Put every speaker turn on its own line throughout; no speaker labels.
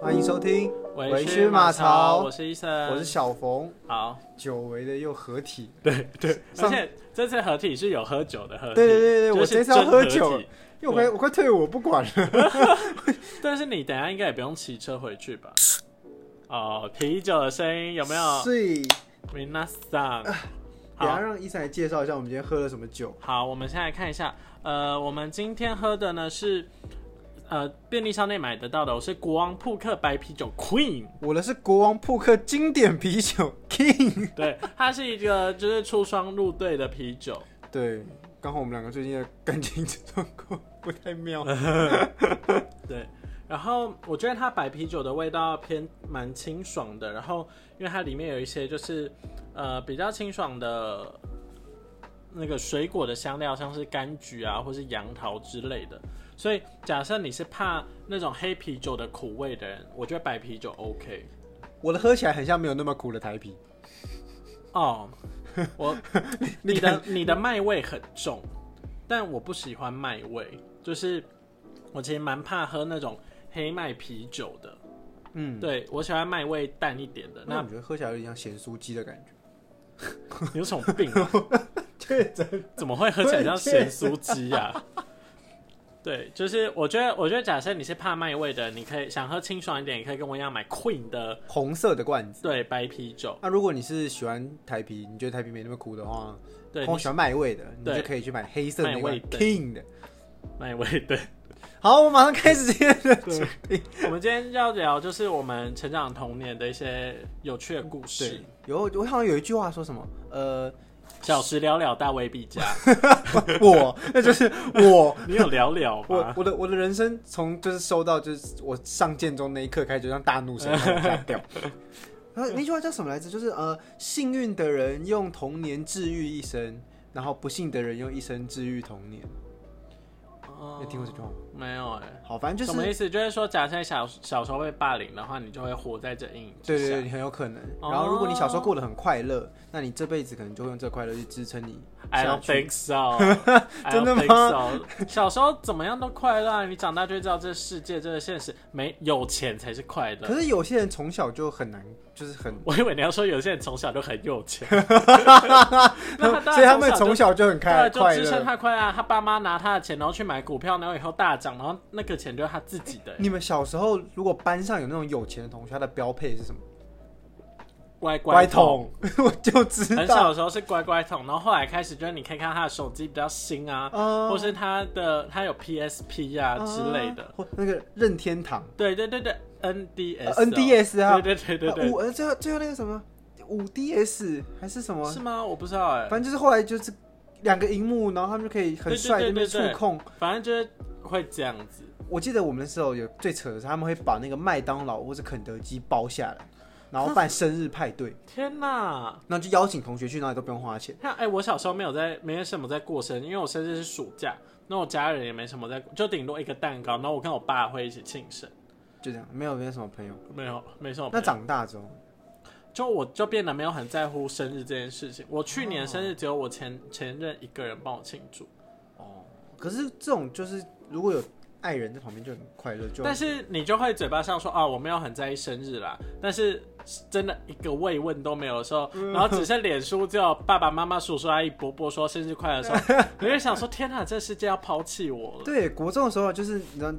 欢迎收听，
委
屈马槽
我是医生，
我是小冯，
好，
久违的又合体。
对对，而
上
且这次合体是有喝酒的合体，
对对对对
就
我这
是
次要
真
喝
合
酒
体，
因为我快我快退伍，我不管了。
但是你等一下应该也不用骑车回去吧？哦，啤酒的声音有没有
所以
？Mina
呃
san，
等一下
好
让医生来介绍一下我们今天喝了什么酒。
好，我们先来看一下，呃，我们今天喝的呢是呃便利商店买得到的，我是国王扑克白啤酒 Queen。
我的是国王扑克经典啤酒 King。
对，它是一个就是出双入对的啤酒。
对，刚好我们两个最近的感情状况不太妙。
呃对，然后我觉得它白啤酒的味道偏蛮清爽的，然后因为它里面有一些就是呃比较清爽的那个水果的香料，像是柑橘啊或是杨桃之类的。所以假设你是怕那种黑啤酒的苦味的人，我觉得白啤酒 OK
我的喝起来很像没有那么苦的台 啤。
哦。我你的你的麦味很重，但我不喜欢麦味，就是我其实蛮怕喝那种黑麦啤酒的。
嗯，
对我喜欢麦味淡一点的。
那
那
我觉得喝起来有点像咸酥鸡的感觉。
你有什么病、啊？
确诊。
怎么会喝起来像咸酥鸡呀、 对，就是我觉得，我觉得假设你是怕麦味的，你可以想喝清爽一点，也可以跟我一样买 Queen 的
红色的罐子。
对白啤酒。
那、如果你是喜欢台啤，你觉得台啤没那么苦的话，
对，
或喜欢麦味的，你
对
就可以去买黑色的那
麦
罐
味的
King 的。
麦味对。
好，我马上开始今天的主题。
我们今天要聊就是我们成长童年的一些有趣的故事
对。，有我好像有一句话说什么， 呃，
小时了了，大未必佳。
我那就是我。
你有了了
哦我
吗？
我的我的人生从就是收到就是我上建中那一刻开始，就像大怒神一样吓 掉。然后那句话叫什么来着？就是呃，幸运的人用童年治愈一生，然后不幸的人用一生治愈童年。
哦
有听过这句话吗？
没有哎、
好，反正就是
什么意思？就是说，假设你小小时候被霸凌的话，你就会活在这阴影之
对
下。
对对，很有可能。
哦
然后，如果你小时候过得很快乐，那你这辈子可能就会用这个快乐去支撑你
I
下
don't
去。
think so 。
真的吗
so. 小时候怎么样都快乐、啊，你长大就会知道这世界、这个现实，没有钱才是快乐
可。是有些人从小就很难，就是很，
我以为你要 说有些人从小就很有钱， 那他当然
所以他们从小就很
对啊，
开
就
快
支撑
乐。
他快乐啊。他爸妈拿他的钱，然后去买股票，然后以后大涨，然后那个钱就是他自己的。
你们小时候如果班上有那种有钱的同学，他的标配是什么？
乖
乖
桶，
桶， 我就知
很小
道。
的时候是乖乖桶，然后后来开始就是你可以看他的手机比较新啊，
啊
或是他的他有 PSP 啊之类的。
啊或那个任天堂、
对对对对，NDS
呃
哦、
NDS 啊，
对对对对对，
啊五呃最后最后那个什么五 DS 还是什么
是，吗？我不知道哎、
反正就是后来就是两个荧幕，然后他们就可以很
对对
帅
对
地那边触
对对
控。
反正就是会这样子。
我记得我们那时候有最扯的是，他们会把那个麦当劳或者肯德基包下来，然后办生日派对，
天哪！
然后就邀请同学去，那里都不用花钱。
像哎、我小时候没有在，没什么在过生日，因为我生日是暑假，那我家人也没什么在，就顶多一个蛋糕，然后我跟我爸会一起庆生，
就这样，没有没有什么朋友。
没有，没什么
那
朋友。
长大之后，
就我就变得没有很在乎生日这件事情。我去年生日只有我前前任一个人帮我庆祝，
哦，可是这种就是如果有爱人在旁边就很快乐，就
但是你就会嘴巴上说啊，我没有很在意生日啦，但是真的一个慰问都没有的时候，
嗯
然后只是脸书叫爸爸妈妈、叔叔阿姨、伯伯说生日快乐的时 候，你就想说天哪，这世界要抛弃我了。
对国中的时候就是你知道。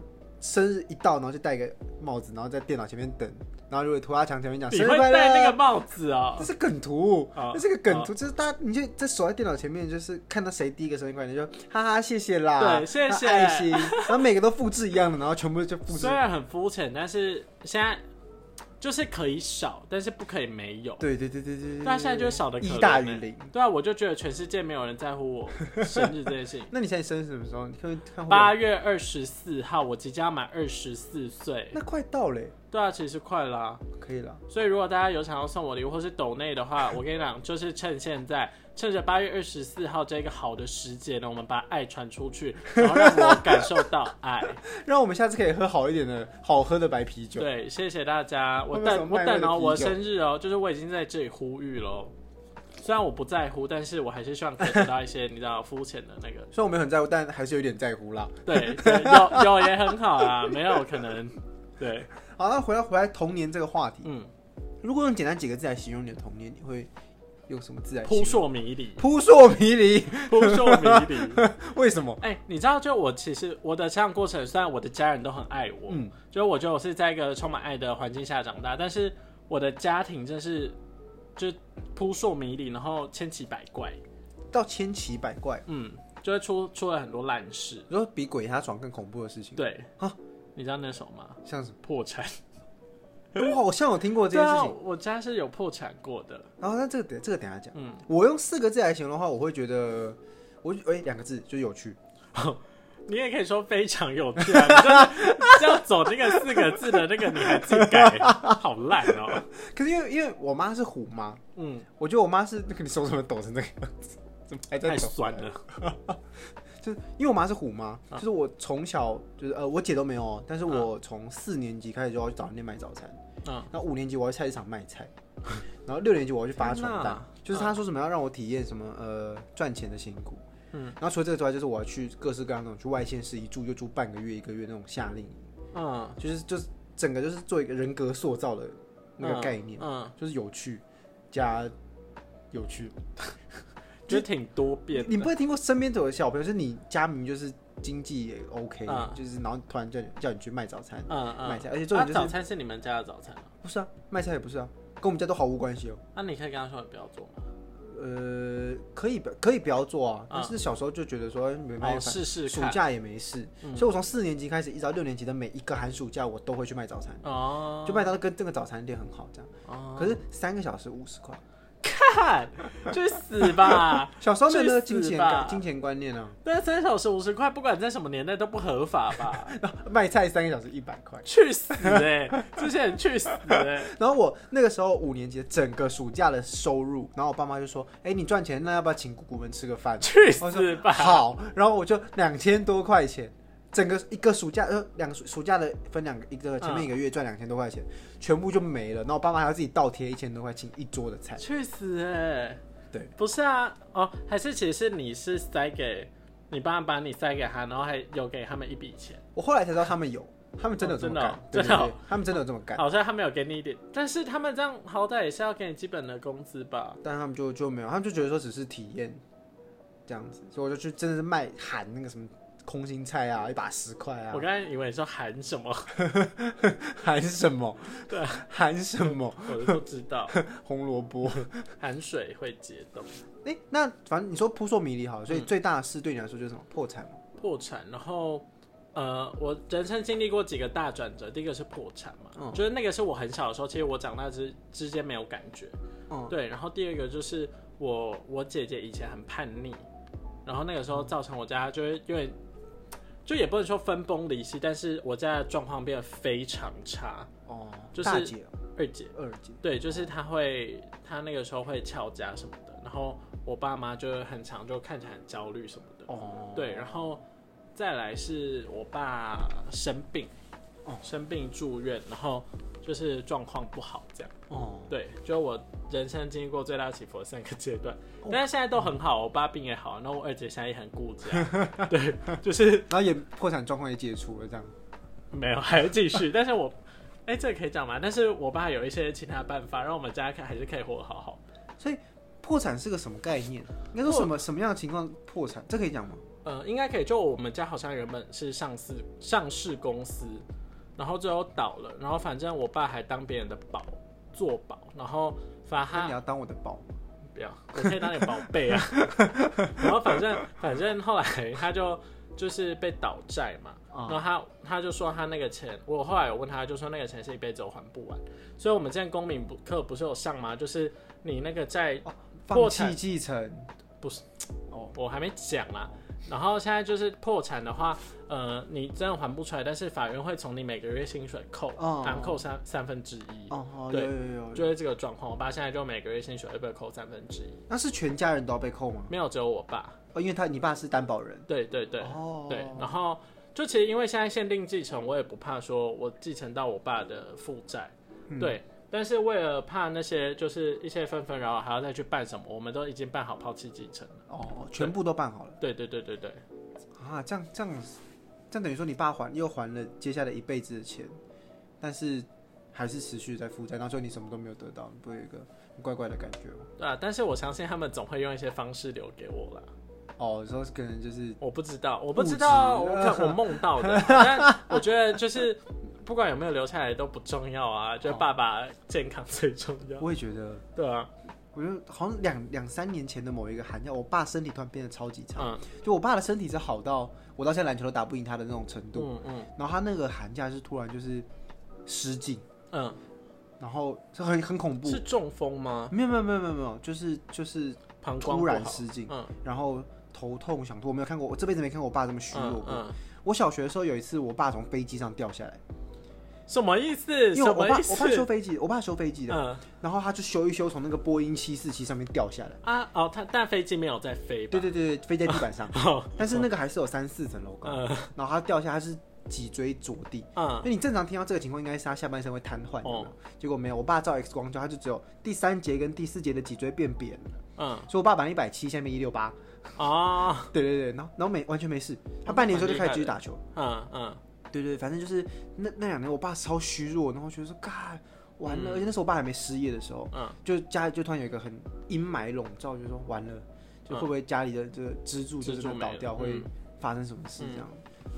生日一到，然后就戴个帽子，然后在电脑前面等，然后如果涂鸦墙前面讲
你
生日
会
快乐，啊
戴那个帽子哦
这，是梗图，
哦
这是个梗图，就是大家你就在守在电脑前面，就是看到谁第一个生日快乐，你就哈哈谢谢啦，
对谢谢
然后爱心，然后每个都复制一样的，然后全部就复制
虽，然很肤浅，但是现在就是可以少，但是不可以没有。
对对对对对对，
那现在就是少的可怜
嗯一大于
欸
零。。
对啊，我就觉得全世界没有人在乎我生日这件事情
那你现 在生日什么时候？你看看会不会
八，月二十四号，我即将满二十四岁。
那快到嘞，
对啊，其实快了啊、
可以了。
所以如果大家有想要送我礼物或是抖内的话，我跟你讲，就是趁现在，趁着八月二十四号这个好的时节呢，我们把爱传出去，然后让我感受到 爱。
让我们下次可以喝好一点的、好喝的白啤酒。
对，谢谢大家，我
会不会有
等我
卖味的
等哦，
啤
我
酒
生日哦，就是我已经在这里呼吁喽。虽然我不在乎，但是我还是希望可以得到一些你知道肤浅的那个，
虽然我没有很在乎，但还是有点在乎啦。
对，对有有也很好啊，没有可能对，
好，那回来回来童年这个话题，
嗯，
如果用简单几个字来形容你的童年，你会用什么字来形容？
扑朔迷离，
扑朔迷离，
扑朔迷离。
为什么？
哎、你知道，就我其实我的成长过程，虽然我的家人都很爱我，
嗯，
就我觉得我是在一个充满爱的环境下长大，但是我的家庭真是就扑朔迷离，然后千奇百怪，
到千奇百怪，
嗯，就会出出了很多烂事。
你说比鬼压床更恐怖的事情，
对，
啊，
你知道那什么吗？
像什么？
破产。
我好像有听过这
对
件事
啊，
情。
我家是有破产过的。
然后那这个等这个等一下讲。
嗯，
我用四个字来形容的话，我会觉得，我哎两、个字就是有趣。
你也可以说非常有趣啊， 你就是要走那个四个字的那个，你还自己改，好烂 哦。
可是因为因为我妈是虎妈，
嗯，
我觉得我妈是那个你手怎么抖成这个样子，怎么还在
太
抖？
酸了。
就是因为我妈是虎妈，就是我从小就是呃我姐都没有哦，但是我从四年级开始就要去早餐店买早餐，
嗯，
然后五年级我要去菜市场卖菜，然后六年级我要去发
天
传
哪
单，就是她说什么要让我体验什么呃赚钱的辛苦。嗯，然后除了这个之外，就是我要去各式各样的那种去外县市一住就住半个月一个月那种夏令营。
嗯，
就是就是整个就是做一个人格塑造的那个概念，
嗯，
就是有趣加有趣。
嗯就挺多变
你
的。
不会听过身边都有小朋友，就是你家明明就是经济也 OK，、
嗯
就是然后突然叫你叫你去卖早餐，
嗯嗯，
卖菜，而且重点
啊
就是、
早餐是你们家的早餐啊，
不是啊，卖菜也不是啊，跟我们家都毫无关系哦。
那你可以跟他说你不要做吗？
呃，可以不可以不要做啊
嗯，
但是小时候就觉得说没办
哦，
法。
试试
暑
看。嗯
假也没事，所以我从四年级开始，一直到六年级的每一个寒暑假，我都会去卖早餐，
哦，
就卖到跟这个早餐店很好这样。
哦，
可是三个小时五十块，！
看，去死吧
小时候没有那个
去
金
死
钱
吧
感、金钱观念啊，
但三小时五十块，不管在什么年代都不合法吧？
卖菜三个小时一百块。
去死哎、这些人去死哎、
然后我那个时候五年级，整个暑假的收入，然后我爸妈就说：“哎、你赚钱，那要不要请姑姑们吃个饭
去？”
我
死
说：“
吧！
好。”然后我就两千多块钱，整个一个暑假，呃，两个暑暑假的分两个，一个前面一个月赚两千多块钱，全部就没了。然后我爸妈还要自己倒贴一千多块，请一桌的菜。
去死哎、
对，
不是啊，哦，还是其实你是塞给你爸把你塞给他，然后还有给他们一笔钱，
我后来才知道他们有，他们真的有这么干，
哦
对
真的
对
哦真的哦
对，他们真的有这么干，
好像他们有给你一点，但是他们这样好歹也是要给你基本的工资吧？
但他们就就没有，他们就觉得说只是体验这样子，所以我就去真的是卖喊那个什么空心菜啊，一把十块啊
我，刚才以为你说喊 什么，
喊什么？对，喊什么？
我都知道，
红萝卜。
含水会解冻，
哎、那反正你说扑朔迷离好了，所以最大的事对你来说就是什么破产嘛？
破产，然后。呃，我人生经历过几个大转折，第一个是破产嘛，
嗯
就是那个是我很小的时候，其实我长大之之间没有感觉，
嗯，
对，然后第二个就是我我姐姐以前很叛逆，然后那个时候造成我家就是有点，就也不能说分崩离析，但是我家的状况变得非常差。
哦，
就是
大姐、
二姐，
二姐，
对，就是她会，她那个时候会翘家什么的，然后我爸妈就很常就看起来很焦虑什么的，
哦，
对，然后再来是我爸生病
哦，
生病住院，然后就是状况不好这样。
哦，
对，就我人生经历过最大起伏的三个阶段
哦，
但是现在都很好，我爸病也好，然后我二姐现在也很顾家，对，就是
然后也破产状况也解除了，这样。
没有还要继续，但是我，哎、这个可以讲吗？但是我爸有一些其他办法，让我们家看还是可以活得好好。
所以破产是个什么概念？应该说什么什么样的情况破产？这可以讲吗？
呃，应该可以，就我们家好像原本是上市上市公司，然后最后倒了，然后反正我爸还当别人的保做保，然后罚他
那你要当我的宝，
不要，我可以当你宝贝 啊。然后反正反正后来他就就是被倒债嘛，
啊
然后他他就说他那个钱，我后来有问他，就说那个钱是一辈子都还不完。所以我们现在公民不课不是有上吗？就是你那个债，
哦，
破
放弃
产
继承，
我还没讲啦。然后现在就是破产的话，呃，你真的还不出来，但是法院会从你每个月薪水扣，
哦
然后扣三三分之一，
哦，哦有
对
有有有，
就是这个状况。我爸现在就每个月薪水会被扣三分之一，
那是全家人都要被扣吗？
没有只有我爸。
哦，因为他你爸是担保人。
对对对，
哦，
对，然后就其实因为现在限定继承，我也不怕说我继承到我爸的负债，
嗯
对。但是为了怕那些就是一些纷纷扰扰还要再去办什么，我们都已经办好抛弃继承了。
哦，全部都办好了
对对对对对，
啊！这样这样，这样等于说你爸还又还了接下来一辈子的钱，但是还是持续在负债，然后最后你什么都没有得到，你不会有一个很怪怪的感觉吗？
对啊，但是我相信他们总会用一些方式留给我啦。
哦，说可能就是
我不知道，我不知道，
物
我
质
看我梦 到的，但我觉得就是不管有没有留下来都不重要
哦
啊，就是爸爸健康最重要。
我也觉得，
对啊，
我觉得好像两两三年前的某一个寒假，我爸身体突然变得超级差，
嗯
就我爸的身体是好到我到现在篮球都打不赢他的那种程度。
嗯嗯
然后他那个寒假是突然就是失禁，
嗯，
然后是很很恐怖，
是中风吗？
没有没有没有没有没有，就是就是
嗯膀胱
突然
不好
失禁，
嗯
然后头痛想吐，我没有看过，我这辈子没看过我爸这么虚弱
嗯
过。
嗯，
我小学的时候有一次，我爸从飞机上掉下来，
什么意思？
因为
什
我爸
么意
我爸修
思？
飞机，我爸修飞机的，
嗯
然后他就修一修，从那个波音七四七上面掉下来，
啊哦，他但飞机没有在飞吧？
对对对，对飞在地板上，
哦，
但是那个还是有三四层楼高，
嗯
然后他掉下，他是脊椎着地。
嗯
因为你正常听到这个情况，应该是他下半身会瘫痪，有没有
哦
结果没有，我爸照 X 光之后，他就只有第三节跟第四节的脊椎变扁了，
嗯
所以我爸本来一百七，现在变一六八，
哦，
对对对，然后然后没完全没事，他半年之后就开始继续打球，
嗯嗯
对对，反正就是那那两年我爸超虚弱，然后我觉得说嘎完了，而且那时候我爸还没失业的时候，
嗯
就家里就突然有一个很阴霾笼罩，就说完了，就会不会家里的这个支柱就
嗯支柱
真的倒掉，
没了
会
嗯
发生什么事这样？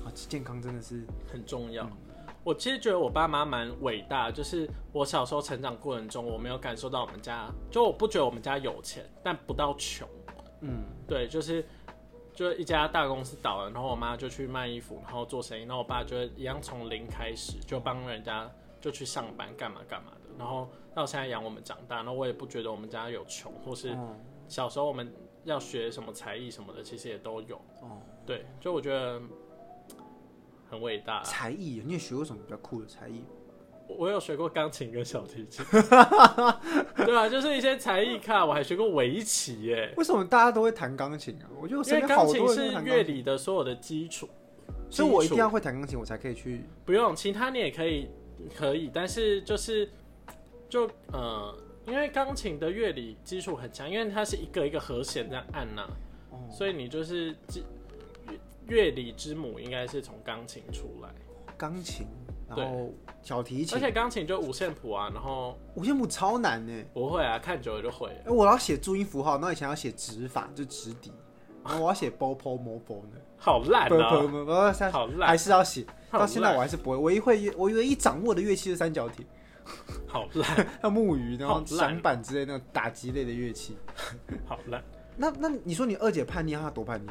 啊，健康真的是
很重要。我其实觉得我爸妈蛮伟大，就是我小时候成长过程中，我没有感受到我们家，就我不觉得我们家有钱，但不到穷。
嗯，
对，就是就一家大公司倒了，然后我妈就去卖衣服，然后做生意，然后我爸就一样从零开始，就帮人家就去上班干嘛干嘛的，然后到现在养我们长大，然后我也不觉得我们家有穷，或是
哦
小时候我们要学什么才艺什么的，其实也都有。
哦，
对，就我觉得嗯很伟大。
才艺，你有学过什么比较酷的才艺？
我我有学过钢琴跟小 提琴，对啊，就是一些才艺课，我还学过围棋耶。
为什么大家都会弹钢琴啊？我觉得我
因为
身边好
钢琴
多人
是
都弹钢
乐
琴，
理的所有的基础，
所以我一定
基础
要会弹钢琴，我才可以去
不用，其他你也可以，可以，但是就是就呃，因为钢琴的乐理基础很强，因为它是一个一个和弦这样按呐、
哦
所以你就是基乐乐理之母应该是从钢琴出来，
钢琴，然
对
后小提
而
琴。
且钢琴就五线谱啊，然后
五线谱超难呢、
不会啊，看久了就会了。
哎，我要写注音符号，那以前要写指法，就指底，然后我要写 bo po mo bo 呢，
好烂
bo
啊
po！mo bo，现在
好烂
还是要写，
好
到现在
烂
我还是不会。唯一会，我唯一掌握的乐器是三角铁，
好烂，
像木鱼，然
好
后
烂
响板之类那种打击类的乐器。
好烂。
那那你说你二姐叛逆，她多叛逆？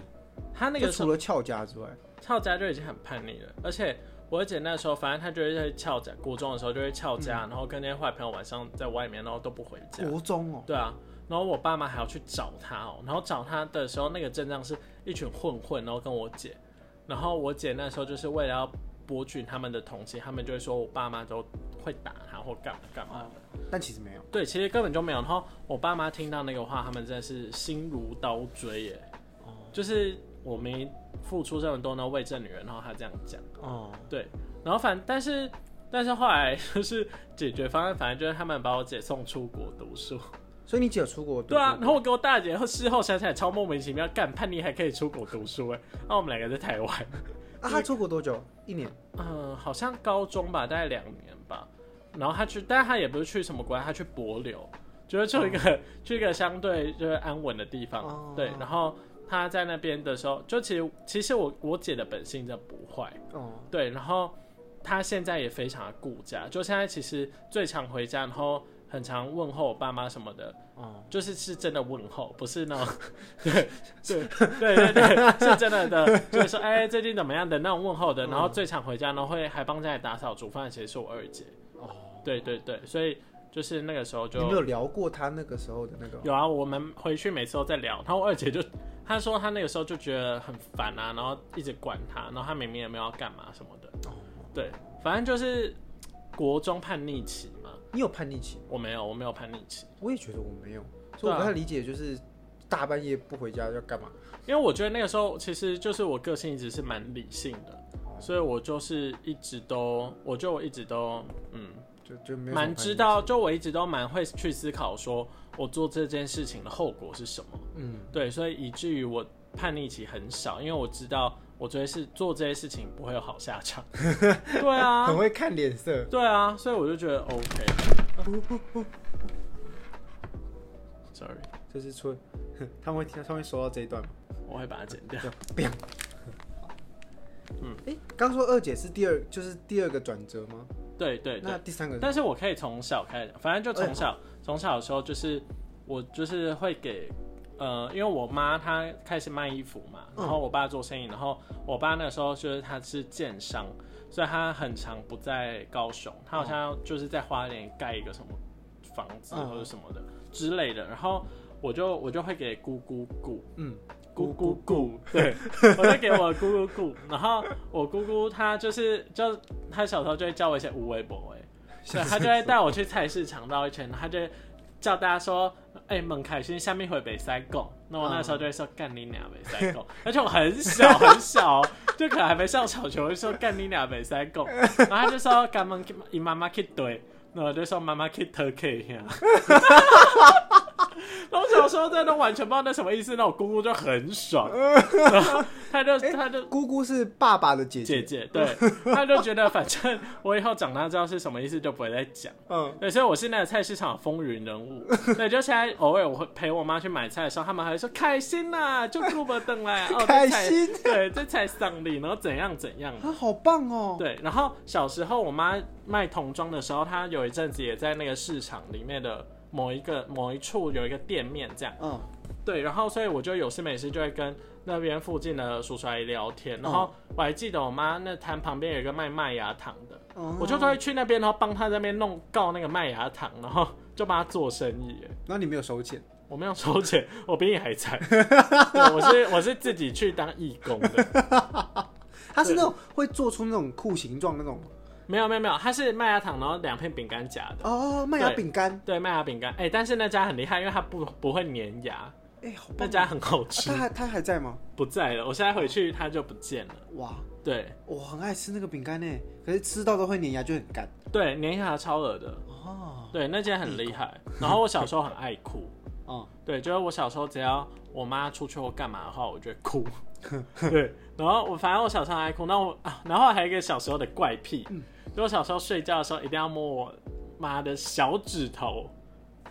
他那
就
个时
除
候
了翘家之外，
翘家就已经很叛逆了，而且我二姐那时候，反正她就会翘家，国中的时候就会翘家，然后跟那些坏朋友晚上在外面，然后都不回家。
国中哦，
对啊，然后我爸妈还要去找他哦，然后找他的时候，那个阵仗是一群混混，然后跟我姐，然后我姐那时候就是为了要博取他们的同情，他们就会说我爸妈都会打他或干嘛干嘛的。
但其实没有。
对，其实根本就没有。然后我爸妈听到那个话，他们真的是心如刀锥耶，就是我没付出这么多呢，为这女人，然后他这样讲。
哦，
对，然后反但是但是后来就是解决方案，反正就是他们把我姐送出国读书。
所以你姐有出国读
对啊，
过
然后我跟我大姐后事后想起来超莫名其妙，干叛逆还可以出国读书哎、那、我们两个在台 湾，
啊，她出国多久？一年。
嗯、好像高中吧，大概两年吧。然后他去，但他也不是去什么国家，他去博流，就是去一个、 去一个相对就是安稳的地方。
哦
对，然后他在那边的时候，就其实其实我我姐的本性真的不坏，
哦，
对，然后他现在也非常的顾家，就现在其实最常回家，然后很常问候我爸妈什么的，
哦，
就是是真的问候，不是那 种 对对对对对，是真的的，就是说哎、最近怎么样的那种问
嗯
候的，然后最常回家，然后会还帮家里打扫煮饭，其实是我二姐，
哦，
对对对，所以就是那个时候
你们有
就
聊过她那个时候的那个？
有啊，我们回去每次都在聊，然后我二姐就。她说她那个时候就觉得很烦啊，然后一直管她，然后她明明也没有要干嘛什么的，
哦，
对，反正就是国中叛逆期嘛。
你有叛逆期吗？
我没有，我没有叛逆期，
我也觉得我没有，所
对
以
啊
我不太理解，就是大半夜不回家要干嘛？
因为我觉得那个时候其实就是我个性一直是蛮理性的，所以我就是一直都，我就一直都，嗯，
就就没有什么
蛮
反
知
应，
道，就我一直都蛮会去思考，说我做这件事情的后果是什么。
嗯，
对，所以以至于我叛逆期很少，因为我知道我我觉得是做这些事情不会有好下 场。对啊
很，会看脸色。
对啊，所以我就觉得 OK。Sorry，
这是春，哼他们会听，他们会收到这一段吗？
我会把它剪掉。
不要。嗯，哎，刚说二姐是第二，就是第二个转折吗？
对对对
那，第三个哎
但是我可以从小开始讲，反正就从小从、小的时候，就是我就是会给呃，因为我妈她开始卖衣服嘛，
嗯
然后我爸做生意，然后我爸那时候就是他是建商，所以他很常不在高雄，他好像就是在花莲盖一个什么房子
嗯
或者什么的之类的，然后我就我就会给姑姑顾。
嗯，
姑姑姑，对， 我就给我姑姑姑，然后我姑姑她就是就她小时候就会教我一些无微博哎，所以她就会带我去菜市场绕一圈，然后她就会叫大家说，哎、门开心，下面回北塞贡，那我那时候就会说干你俩北塞贡，而且我很小很小哦，就可能还没上小学，我就说干你俩北塞贡，然后她就说干门伊妈妈去怼，那我就说妈妈去 t u r k 然后我小时候真的完全不知道那什么意思，那我姑姑就很爽，然后她就她就
姑姑是爸爸的 姐
姐姐，对，她就觉得反正我以后长大知道是什么意思，就不会再讲。
嗯，
对，所以我是那个菜市场的风云 人物。对，就现在偶尔我会陪我妈去买菜的时候，他们还会说开心啦，就顾不 等啦，哦，这
开
菜
心，
对，这才上礼，然后怎样怎样。
啊，好棒哦。
对，然后小时候我妈卖童装的时候，她有一阵子也在那个市场里面的某一个某一处有一个店面这样。
嗯，
对，然后所以我就有事没事就会跟那边附近的叔叔阿姨聊天，然后我还记得我妈那摊旁边有一个卖麦芽糖的，
嗯，
我就都会去那边，然后帮她在那边弄告那个麦芽糖，然后 就帮她做生意耶。
然后你没有收钱，
我没有收钱，我比你还惨，对我是我是自己去当义工的，
他是那种会做出那种酷形状那种吗
没有没有没有，它是麦芽糖，然后两片饼干夹的，
哦，麦芽饼干，
对，麦芽饼干，哎、但是那家很厉害，因为它不不会粘牙，
哎，好
那
棒哦。
家很好
啊
吃
他，还他还在吗？
不在了，我现在回去它就不见了，
哇，
对。
我很爱吃那个饼干呢，可是吃到都会粘牙，就很干。
对，年下超额的，
哦，
对，那间很厉害。然后我小时候很爱哭，
嗯，
对，就是我小时候只要我妈出去或干嘛的话，我就会哭。对，然后我反正我小时候很爱哭，那我啊，然后还有一个小时候的怪癖，就我小时候睡觉的时候一定要摸我妈的小指头。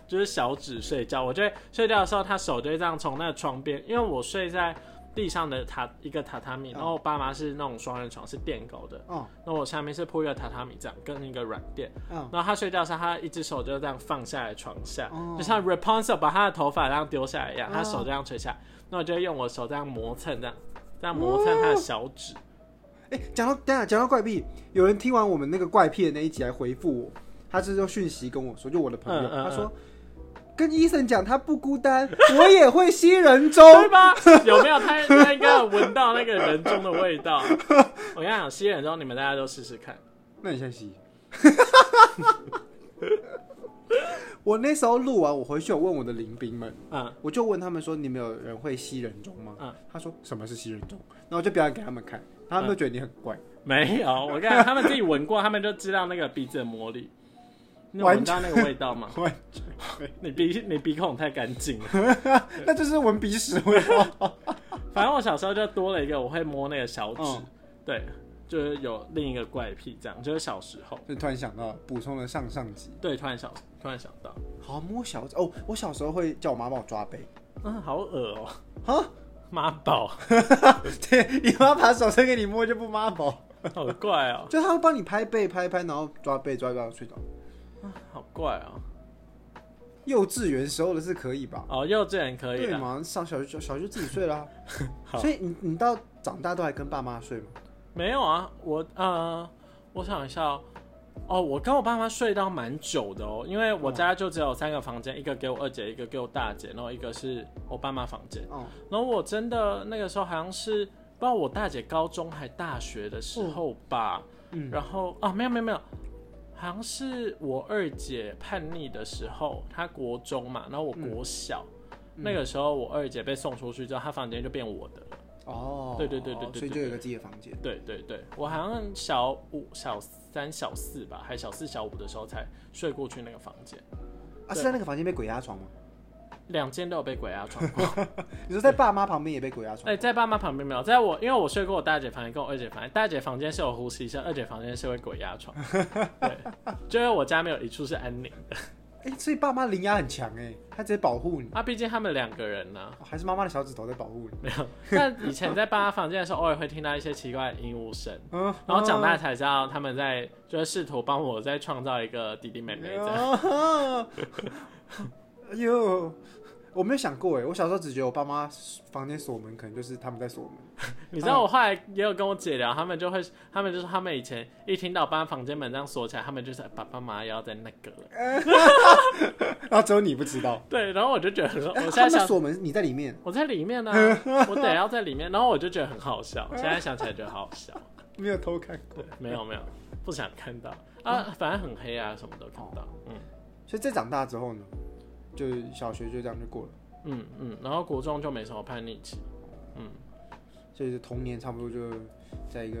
就是小指睡觉，我就会睡觉的时候，她手就会这样从那个床边，因为我睡在地上的榻一个榻榻米，然后我爸妈是那种双人床，是垫高的，
哦，
那我下面是铺一个榻榻米这样，跟一个软垫，
嗯，
然后他睡觉的时候，他一只手就这样放下来床下，
哦
就像 Rapunzel 把他的头发这样丢下来一样，
哦
他手这样垂下来，那我就用我手这样磨蹭，这样这样磨蹭他的小指。
哎，讲到等一下讲到怪癖，有人听完我们那个怪癖的那一集来回复我，他是用讯息跟我说，就我的朋友，
嗯嗯
他
嗯
说跟医生讲他不孤单，我也会吸人中。
对吧？有没有他？他应该有闻到那个人中的味 道。我跟你讲，吸人中，你们大家都试试看。
那你先吸。 我那时候录完，我回去有问我的邻兵们，
嗯，
我就问他们说：“你们有人会吸人中吗？”
嗯
他说：“什么是吸人中？”然后我就表演给他们看，他们都觉得你很怪。
没有。啊我跟你讲，他们自己闻过，他们就知道那个鼻子的魔力。你有
完
闻到那个味道吗？
完
你鼻你鼻孔太干净了。
那就是闻鼻屎味道。
反正我小时候就多了一个，我会摸那个小指，
嗯
对，就是有另一个怪癖，这样就是小时候，
就突然想到补充了上上集，
对，突然想突然想到，
好摸小指哦，我小时候会叫我妈帮我抓杯，
嗯，好恶哦、
啊，
妈宝，
对，你妈把手伸给你摸就不妈宝，
好怪哦、
就她会帮你拍背拍拍，然后抓背抓一抓然后睡着。
好怪哦、
幼稚园时候的是可以吧？
哦，幼稚园可以
对
的，
嘛？上小学就小学就自己睡啦、
好
所以你你到长大都还跟爸妈睡吗？
没有啊，我呃，我想一下哦、哦，我跟我爸妈睡到蛮久的哦，因为我家就只有三个房间，一个给我二姐，一个给我大姐，然后一个是我爸妈房间。
哦，
然后我真的那个时候好像是不知道我大姐高中还大学的时候吧，
嗯
然后啊没有没有没有，好像是我二姐叛逆的时候，她国中嘛，然后我国小。那个时候，我二姐被送出去之后，她房间就变我的了。
哦，
对对对对对对
所以就有一个自己的房间。
对对对，我好像小五、小三、小四吧，还小四、小五的时候才睡过去那个房间。
啊，是在那个房间被鬼压床吗？
两间都有被鬼压床过。
你说在爸妈旁边也被鬼压床？
哎、在爸妈旁边没有，在我因为我睡过我大姐房间跟我二姐房间，大姐房间是有呼吸声，二姐房间是会鬼压床。对，就是我家没有一处是安宁的。
哎、所以爸妈灵压很强哎、他直接保护你、
啊，毕竟他们两个人呢、
哦还是妈妈的小指头在保护你？
没有。但以前在爸妈房间的时候，偶尔会听到一些奇怪的鹦鹉声，
嗯，
然后长大才知道他们在就是试图帮我再创造一个弟弟妹妹这样。
啊 哎呦，我没有想过哎，我小时候只觉得我爸妈房间锁门，可能就是他们在锁门。
你知道我后来也有跟我姐聊，他们就会，他们就说他们以前一听到把房间门这样锁起来，他们就是哎爸爸妈妈要在那个了。
然后只有你不知道。
对，然后我就觉得很，我
哎他
现在
们
想，
锁门，你在里面
我在里面呢、啊我得要在里面，然后我就觉得很好笑，现在想起来觉得好笑。
没有偷看过
对，，没有没有，不想看到啊，反正很黑啊，什么都看不到。嗯
所以再长大之后呢，就小学就这样就过了，
嗯嗯，然后国中就没什么叛逆期。嗯，
所以就童年差不多就在一个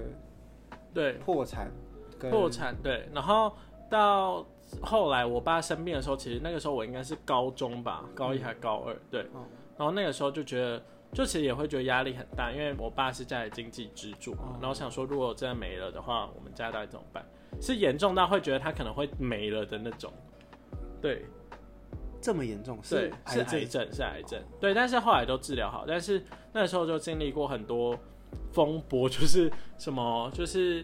对，
破产跟
破产对，然后到后来我爸生病的时候，其实那个时候我应该是高中吧，高一还高二，对，
嗯哦
然后那个时候就觉得，就其实也会觉得压力很大，因为我爸是家里经济支柱嘛
哦，
然后想说如果真的没了的话，我们家到底怎么办？是严重到会觉得他可能会没了的那种，对，
这么严重，
对，是
癌
癌
症
症，是癌症，对，但是后来都治疗好，但是那时候就经历过很多风波，就是什么，就是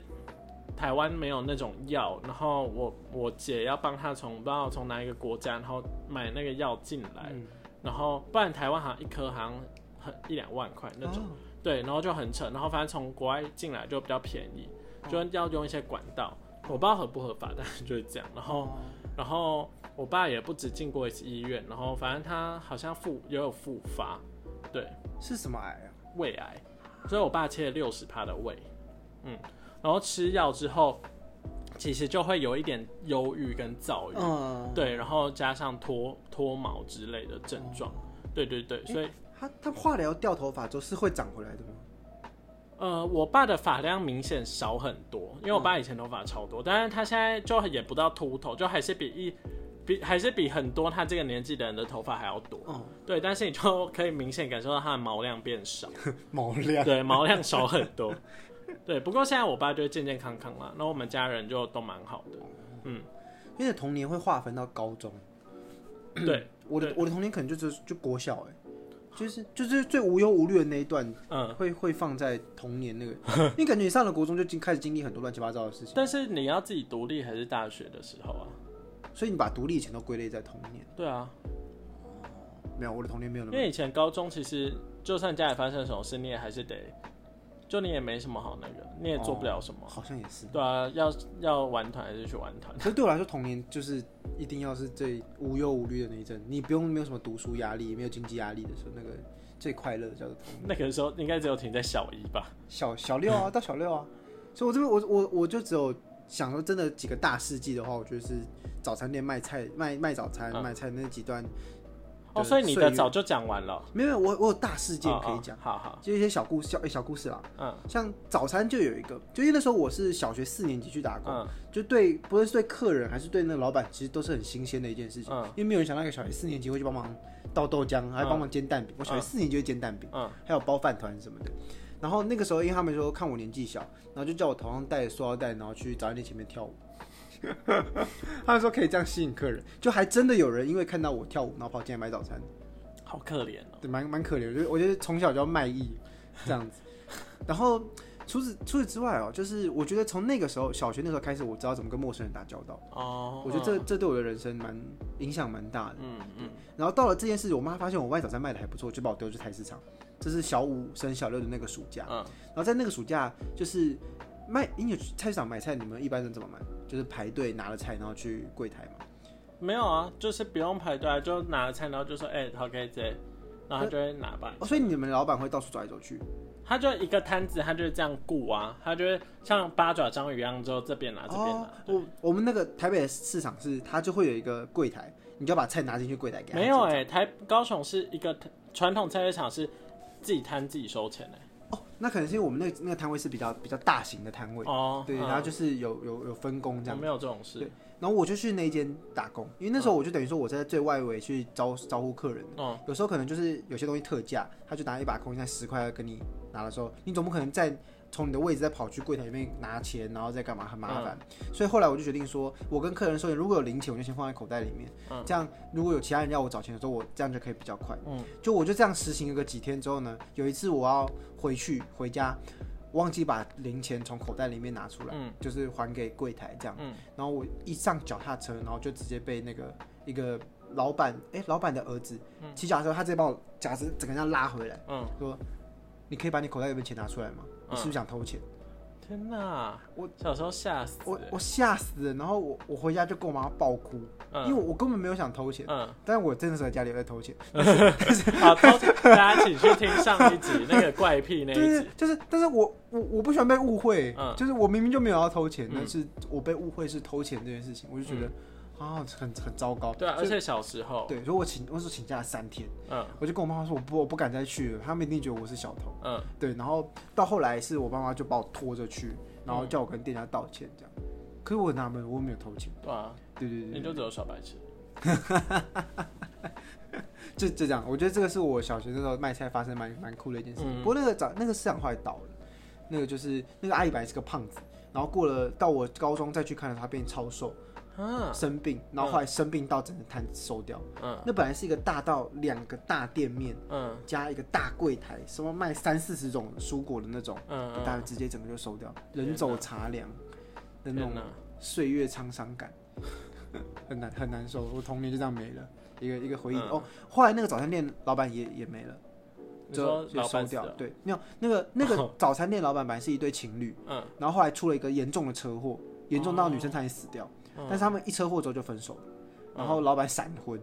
台湾没有那种药，然后我我姐要帮她从不知道从哪一个国家，然后买那个药进来，
嗯
然后不然台湾好像一颗好像很一两万块那种，
哦
对，然后就很扯，然后反正从国外进来就比较便宜，
哦
就要用一些管道，我不知道合不合法，但是就是这样，然后。然后我爸也不止进过一次医院，然后反正他好像复也有复发，对，
是什么癌啊？
胃癌，所以我爸切了六十趴的胃，嗯，然后吃药之后，其实就会有一点忧郁跟躁郁，
嗯，
对，然后加上脱脱毛之类的症状，对对对，所以
他他化疗掉头发之后是会长回来的吗？
呃，我爸的发量明显少很多，因为我爸以前头发超多，但是他现在就也不到秃头，就还是比一比还是比很多他这个年纪的人的头发还要多。
哦
对，但是你就可以明显感受到他的毛量变少，
毛量
对，啊毛量少很多。 对，不过现在我爸就健健康康啦，那我们家人就都蛮好的。
因为童年会划分到高中，
对，
我的
对
我的童年可能就只就国小哎、就是就是最无忧无虑的那一段，
嗯，
会会放在童年那个，因为感觉你上了国中就经开始经历很多乱七八糟的事情，
但是你要自己独立还是大学的时候啊？
所以你把独立以前都归类在童年。
对啊，
没有，我的童年没有那
因
么。
为以前高中其实就算家里发生什么事，你也还是得，就你也没什么好那个，你也做不
哦
了什么。
好像也是。
对啊，要要玩团还是去玩团。
可是对我来说，童年就是一定要是最无忧无虑的那一阵，你不用没有什么读书压力，没有经济压力的时候，那个最快乐叫做童年。
那个时候应该只有停在小一吧？
小小六
嗯
啊，到小六啊，所以我这边我我我就只有想说，真的几个大事迹的话，我觉得是早餐店卖菜卖卖早餐、
嗯
卖菜那几段，
哦，
对
所以你
岁
的
月
早就讲完了。
没有我我有大事件可以讲，啊
哦哦好好，
就一些小故小、小故事啦。
嗯
像早餐就有一个，就因为那时候我是小学四年级去打工，
嗯
就对不论是对客人还是对那个老板，其实都是很新鲜的一件事情，
嗯
因为没有人想到一个小学四年级会去帮忙倒豆浆，还帮忙煎蛋饼。我小学四年级会煎蛋饼，
嗯
还有包饭团什么的。然后那个时候，因为他们说看我年纪小，然后就叫我头上戴塑料袋，然后去早餐店前面跳舞。 他们说可以这样吸引客人，就还真的有人因为看到我跳舞，然后跑进来买早餐。
嗯好可怜哦。
对，蛮蛮可怜的。就是我觉得从小就要卖艺这样子。然后除此除此之外哦，就是我觉得从那个时候，小学那时候开始，我知道怎么跟陌生人打交道。
哦，
我觉得这这对我的人生蛮影响蛮大的。
嗯嗯
然后到了这件事，我妈发现我外早餐卖的还不错，就把我丢去菜市场。这是小五升小六的那个暑假。
嗯
然后在那个暑假，就是卖，因为去菜市场买菜，你们一般人怎么买？就是排队拿了菜，然后去柜台嘛。
没有啊，就是不用排队啊，就拿了菜，然后就说哎，陶可以这，然后他就会拿吧。
哦，所以你们老板会到处走来走去。
他就一个摊子，他就是这样顾啊，他就是像八爪章鱼一样，之后这边拿这边拿。对
哦我我们那个台北的市场是，它就会有一个柜台，你就要把菜拿进去柜台给他。
没有啊欸哎、台高雄是一个传统菜市场是自己摊自己收钱哎、
哦，那可能是因为我们那那个摊位是比较比较大型的摊位，
哦，
对，
嗯
然后就是有有有分工这
我
样。
没有这种事，
然后我就去那间打工，因为那时候我就等于说我在最外围去招招呼客人。
嗯，
有时候可能就是有些东西特价，他就拿一把空心菜十块跟你拿的时候，你总不可能再从你的位置再跑去柜台里面拿钱，然后再干嘛，很麻烦。所以后来我就决定说，我跟客人说，如果有零钱，我就先放在口袋里面，这样如果有其他人要我找钱的时候，我这样就可以比较快。嗯，就我就这样实行了个几天之后呢，有一次我要回去回家。忘记把零钱从口袋里面拿出来，
嗯
就是还给柜台这样。然后我一上脚踏车，然后就直接被那个一个老板，哎、老板的儿子骑脚踏车，他直接把我夹子整个这样拉回来，
嗯，
说：“你可以把你口袋里面钱拿出来吗？你是不是想偷钱
天哪，
我
小时候吓死？”，
我我吓死了，然后我我回家就跟我妈爆哭，因为
嗯
我我根本没有想偷钱，
嗯，
但我真的是在家里有在偷钱。
好，都大家请去听上一集那个怪癖那
对
一
对
集，
对，就是，但是我我我不喜欢被误会，
嗯
就是我明明就没有要偷钱，
嗯
但是我被误会是偷钱这件事情，我就觉得、啊很很糟糕。
嗯对啊，
所
而
以
且小时候，
对，所以我请我是请假了三天。
嗯
我就跟我妈妈说，我不我不敢再去了，他们一定觉得我是小偷。
嗯，
对，然后到后来是我爸妈就把我拖着去，然
嗯
后叫我跟店家道歉这样。可是我很纳闷，我没有偷钱。
对啊，
对对对
你就只有小白痴，
就就这样。我觉得这个是我小学那时候卖菜发生蛮蛮酷的一件事情。
嗯
不过那个早那个市场后来倒了，那个就是那个阿姨本来是个胖子，然后过了到我高中再去看的时候，她变超瘦，
啊，
生病，然后后来生病到整个摊收掉。
嗯
那本来是一个大到两个大店面
嗯
加一个大柜台，什么卖三四十种蔬果的那种。
嗯
大家直接整个就收掉，
天
人走茶凉的
嗯，
那种
天哪，
岁月沧桑感， 很难很难受。我童年就这样没了，一个一个回忆。
嗯
哦，后来那个早餐店老板也也没了，
你
就
说
就
老
收
板死
掉。
了，哦
对，没有那个那个早餐店老板本来是一对情侣，
嗯哦
然后后来出了一个严重的车祸，严重到女生差点死掉，
嗯
但是他们一车祸之后就分手了，然后老板闪婚，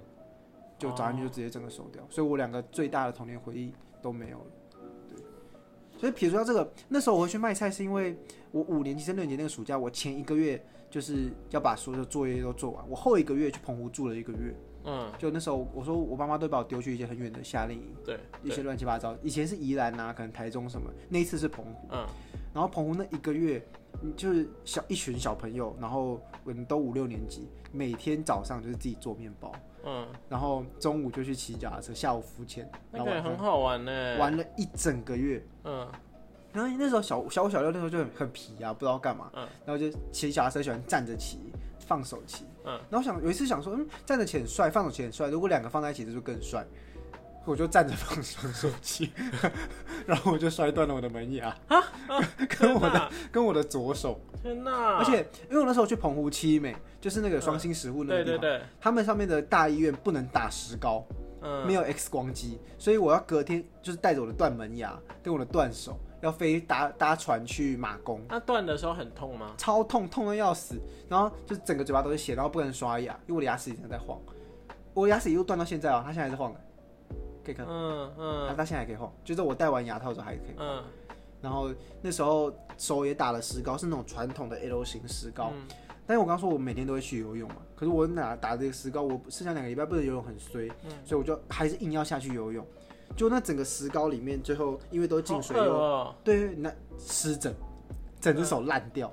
就早餐店就直接整个收掉。所以我两个最大的童年回忆都没有了。对，所以撇除掉这个，那时候我会去卖菜，是因为我五年级升六年级那个暑假，我前一个月就是要把所有的作业都做完，我后一个月去澎湖住了一个月。
嗯，
就那时候我说我爸妈都把我丢去一些很远的夏令营，
对，
一
对
些乱七八糟，以前是宜兰啊，可能台中什么，那一次是澎湖。
嗯
然后澎湖那一个月，嗯就是小一群小朋友，然后我们都五六年级，每天早上就是自己做面包，
嗯，
然后中午就去骑脚踏车，下午浮潜，然后
那个也
晚上
很好玩呢，
玩了一整个月。
嗯
然后那时候小小五小六那时候就很很皮啊，不知道干嘛，
嗯
然后就骑脚踏车喜欢站着骑，放手骑。
嗯，
然后想有一次想说，嗯，站着骑很帅，放手骑很帅，如果两个放在一起这就更帅。我就站着放放手骑，然后我就摔断了我的门牙， 跟我的
的
跟我的左手。
天哪，
而且因为我那时候去澎湖七美，就是那个双星食物那
对
个地
对
方，
对，
他们上面的大医院不能打石膏，
嗯
没有 X 光机，所以我要隔天就是带着我的断门牙跟我的断手，要飞搭搭船去马公，
那断的时候很痛吗？
超痛，痛的要死，然后就整个嘴巴都是血，然后不能刷牙，因为我的牙齿已经在晃，我牙齿一路断到现在哦，它现在还在晃的，可以看，
嗯
它
嗯
它现在还可以晃，就是我戴完牙套之后还可以。
嗯，
然后那时候手也打了石膏，是那种传统的 L 型石膏。
嗯
但是我刚说我每天都会去游泳嘛，可是我哪打这个石膏，我剩下两个礼拜不能游泳，很衰，
嗯
所以我就还是硬要下去游泳。就那整个石膏里面，最后因为都进水
好恶
又、
哦，
对，那湿疹，整只手烂掉。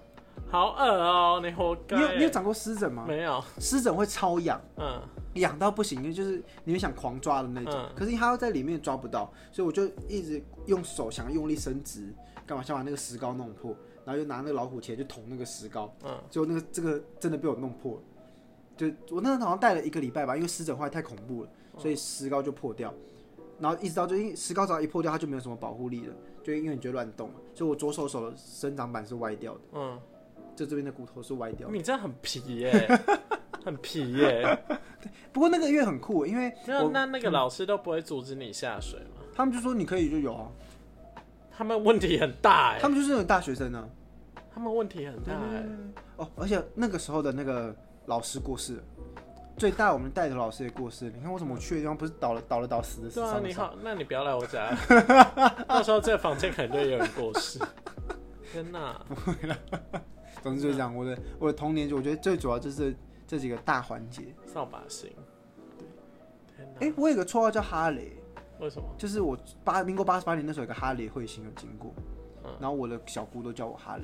好恶哦，你活该。
你有你有长过湿疹吗？
没有，
湿疹会超痒，
嗯
痒到不行，就是你会想狂抓的那种。
嗯
可是它又在里面抓不到，所以我就一直用手想用力伸直，干嘛想把那个石膏弄破，然后又拿那个老虎钳去捅那个石膏。
嗯，
结果那个这个真的被我弄破了，就我那时候好像戴了一个礼拜吧，因为湿疹坏太恐怖了，所
嗯
以石膏就破掉，然后一直到就因为石膏只要一破掉，它就没有什么保护力了，就因为你觉得乱动嘛，所以我左手手的生长板是歪掉的，
嗯，
就这边的骨头是歪掉的。
你这样很皮 耶，很皮耶。
不过那个月很酷，因为
那
我嗯
那那个老师都不会阻止你下水吗？
他们就说你可以就有啊，
他们问题很大
他
哎，
们就是那种大学生呢、
他们问题很大哎。
哦，而且那个时候的那个老师过世了。最大我们带头老师也过世了，你看我怎么去的地方不是倒了倒了倒死的死
对啊，
伤的
你
伤，
好，那你不要来我家，到时候这房间可能就有人过世。天哪，
总之就是这样。我的我的童年，我觉得最主要就是这几个大环节。
扫把星。天
哎、
哪，
我有个绰号叫哈雷，
为什么？
就是我八民国八十八年那时候有个哈雷彗星有经过，然后我的小姑都叫我哈雷，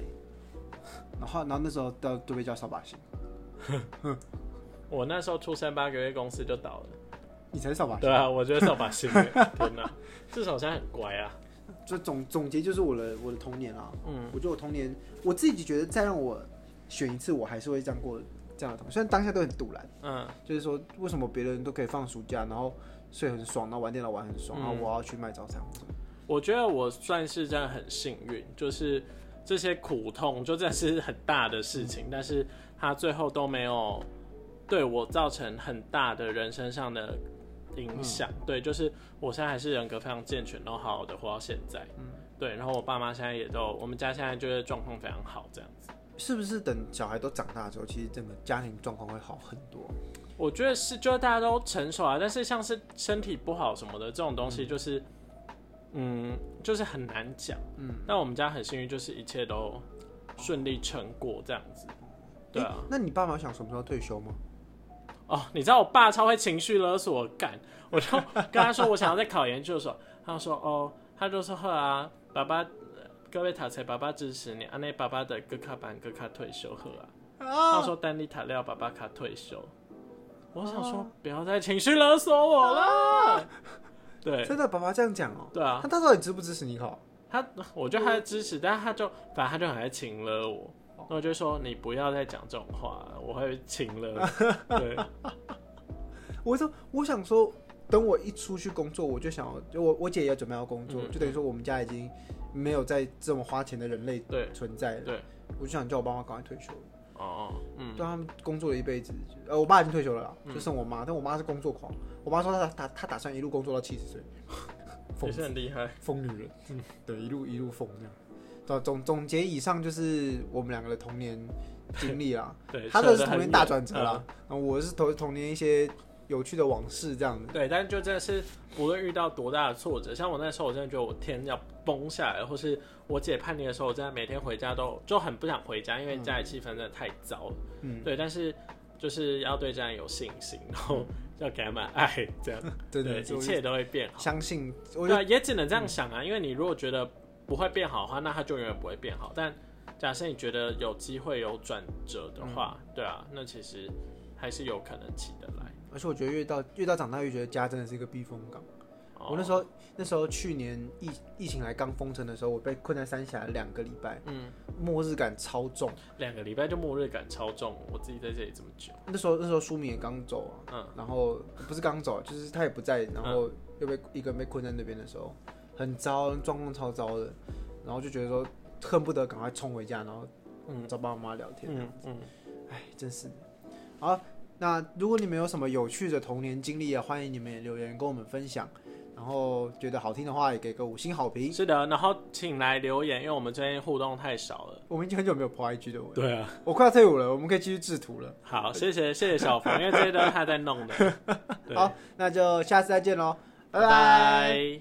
然后然后那时候都都被叫扫把星，
我那时候出生八个月，公司就倒了。
你才是扫把星。
对啊，我觉得扫把星，天哪！至少现在很乖啊。
就总总结就是我的我的童年啊啦，
嗯，
我觉得我童年我自己觉得再让我选一次，我还是会这样过这样的童年，虽然当下都很堵然，
嗯，
就是说为什么别人都可以放暑假，然后睡很爽，然后玩电脑玩很爽，
嗯
然后我要去卖早餐或什么，
我觉得我算是真的很幸运，就是这些苦痛就真的是很大的事情，但是它最后都没有对我造成很大的人身上的影响。对，就是我现在还是人格非常健全，然后好好的活到现在。
嗯
对，然后我爸妈现在也都，我们家现在就是状况非常好，这样子。
是不是等小孩都长大之后，其实整个家庭状况会好很多？
我觉得是，就是大家都成熟啊，但是像是身体不好什么的这种东西，就是，嗯，就是很难讲。
嗯，
但我们家很幸运，就是一切都顺利成果这样子。对啊
诶，那你爸妈想什么时候退休吗？
哦，你知道我爸超会情绪勒索我干，我就跟他说我想要再考研究所， 他就说哦，他就说好啊，爸爸，呃各位塔才爸爸支持你，安内爸爸的各卡班各卡退休好啊，
哦
他说丹尼塔廖爸爸卡退休，我想说
哦
不要再情绪勒索我了，对
真的，爸爸这样讲哦、
对啊，
他到底支不支持你考？
他，我觉得他的支持，但是他就反正他就很爱请了我，那我就说你不要再讲这种话，我会请了。 对，
我说，我想说，等我一出去工作，我就想要，就我我姐也准备要工作，
嗯
就等于说我们家已经没有在这么花钱的人类
对
存在了。
对，
我就想叫我爸妈赶快退休，
哦，嗯，
对他们工作了一辈子，呃，我爸已经退休了啦，
嗯
就剩我妈，但我妈是工作狂，我妈说她打她她打算一路工作到七十 岁，疯
也是很厉害。
疯女人，嗯，对，一路一路疯这样。对，总总结以上就是我们两个的童年经历啦。
对，
他
扯
的
得
是
很
童年
远嗯
大转折啦，然后我是童童年一些有趣的往事这样
嗯
的。
对，但是就真的是无论遇到多大的挫折，像我那时候，我真的觉得我天要崩下来，或是我姐叛逆的时候，我真的每天回家都就很不想回家，因为家里气氛真的太糟了。
嗯，
对，但是就是要对家人有信心，然后要给他们爱，这 样
真
对，
的，
一
就
切都会变好。
相信，我
对
就
啊，也只能这样想啊，因为你如果觉得不会变好的话，那它就永远不会变好。但假设你觉得有机会有转折的话，
嗯
对啊，那其实还是有可能起得来。
而且我觉得越到越到长大越觉得家真的是一个避风港。
哦
我那时候那时候去年疫疫情来刚封城的时候，我被困在三峡两个礼拜，
嗯，
末日感超重。
两个礼拜就末日感超重，我自己在这里这么久，
那时候那时候舒敏也刚走啊，
嗯，
然后不是刚走，啊就是他也不在，然后又被一个人被困在那边的时候，很糟，状况超糟的，然后就觉得说恨不得赶快冲回家，然后
嗯
找爸爸妈妈聊天。
嗯嗯，
哎，真是的。好，那如果你们有什么有趣的童年经历啊，欢迎你们也留言跟我们分享。然后觉得好听的话，也给个五星好评。
是的。然后请来留言，因为我们最近互动太少了。
我们已经很久没有 po IG 的我，
对啊，
我快要退伍了，我们可以继续制图了。
好，谢谢谢谢小冯，因为这些都是他在弄的。对
好，那就下次再见喽，拜
拜。